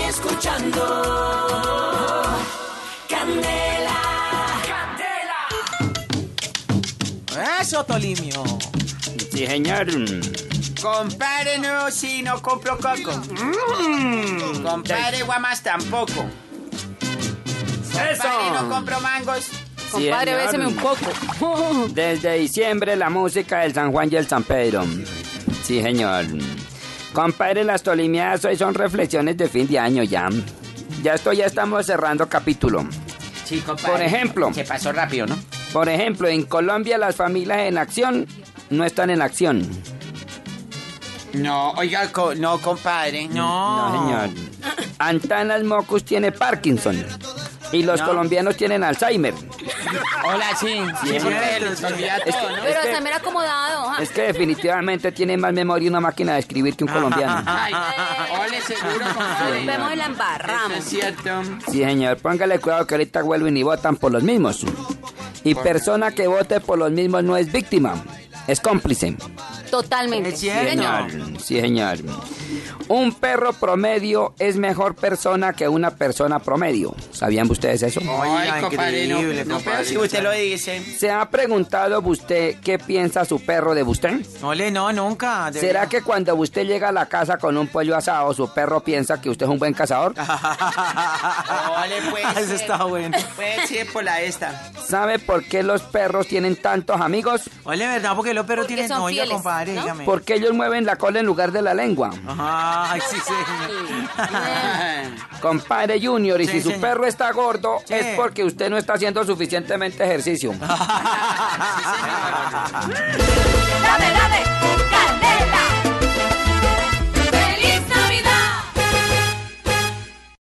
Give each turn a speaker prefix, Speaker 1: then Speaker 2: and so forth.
Speaker 1: escuchando Candela. Candela.
Speaker 2: Eso, Tolimio.
Speaker 3: Sí, señor.
Speaker 4: Compárenos si no compro coco. Mm. Compare guamas tampoco.
Speaker 3: Eso.
Speaker 4: Compare no compro mangos.
Speaker 2: Compadre,
Speaker 3: Señor.
Speaker 2: béseme un poco.
Speaker 3: Desde diciembre la música del San Juan y el San Pedro. Sí, señor. Compadre, las tolimiadas hoy son reflexiones de fin de año ya. Ya esto ya estamos cerrando capítulo.
Speaker 4: Sí, compadre.
Speaker 3: Por ejemplo.
Speaker 4: Se pasó rápido, ¿no?
Speaker 3: Por ejemplo, en Colombia las familias en acción no están en acción.
Speaker 4: No, oiga, co- no, compadre.
Speaker 3: No, señor. Antanas Mocus tiene Parkinson. Y los
Speaker 4: No.
Speaker 3: colombianos tienen Alzheimer.
Speaker 4: Hola, sí. Sí, porque nos olvida
Speaker 3: Es
Speaker 4: todo, ¿no?
Speaker 3: que-
Speaker 2: Pero
Speaker 1: Este-
Speaker 2: hasta me era acomodado. ajá.
Speaker 3: Es que definitivamente tiene más memoria una máquina de escribir que un colombiano.
Speaker 4: Ay, ole, seguro, compadre.
Speaker 2: Nos vemos y la embarramos.
Speaker 4: Eso es cierto.
Speaker 3: Sí, señor, póngale cuidado que ahorita vuelven y votan por los mismos. Y persona que vote por los mismos no es víctima, es cómplice.
Speaker 2: Totalmente.
Speaker 4: Es cierto.
Speaker 3: Señor, sí, señor. Un perro promedio es mejor persona que una persona promedio. ¿Sabían ustedes eso?
Speaker 4: Ay, compadre, no.
Speaker 5: increíble,
Speaker 4: No, pero
Speaker 5: compadre,
Speaker 4: si usted lo dice.
Speaker 3: ¿Se ha preguntado usted qué piensa su perro de usted?
Speaker 5: Ole, no, nunca. de
Speaker 3: ¿Será
Speaker 5: verdad.
Speaker 3: que cuando usted llega a la casa con un pollo asado, su perro piensa que usted es un buen cazador?
Speaker 5: Ah.
Speaker 4: Ole, pues.
Speaker 5: Eso está bueno.
Speaker 4: Puede ser por la esta.
Speaker 3: ¿Sabe por qué los perros tienen tantos amigos?
Speaker 5: Ole, ¿verdad? Porque los perros
Speaker 2: Porque
Speaker 5: tienen
Speaker 2: son
Speaker 5: noia,
Speaker 2: fieles,
Speaker 5: compadre,
Speaker 2: ¿no?
Speaker 5: dígame.
Speaker 3: Porque ellos mueven la cola en lugar de la lengua.
Speaker 5: Ah. Ajá, ay, sí, sí.
Speaker 3: Compadre Junior, y
Speaker 5: Sí,
Speaker 3: si su
Speaker 5: señor.
Speaker 3: perro está gordo,
Speaker 5: Sí.
Speaker 3: es porque usted no está haciendo suficientemente ejercicio.
Speaker 1: Dame, dame, Candela.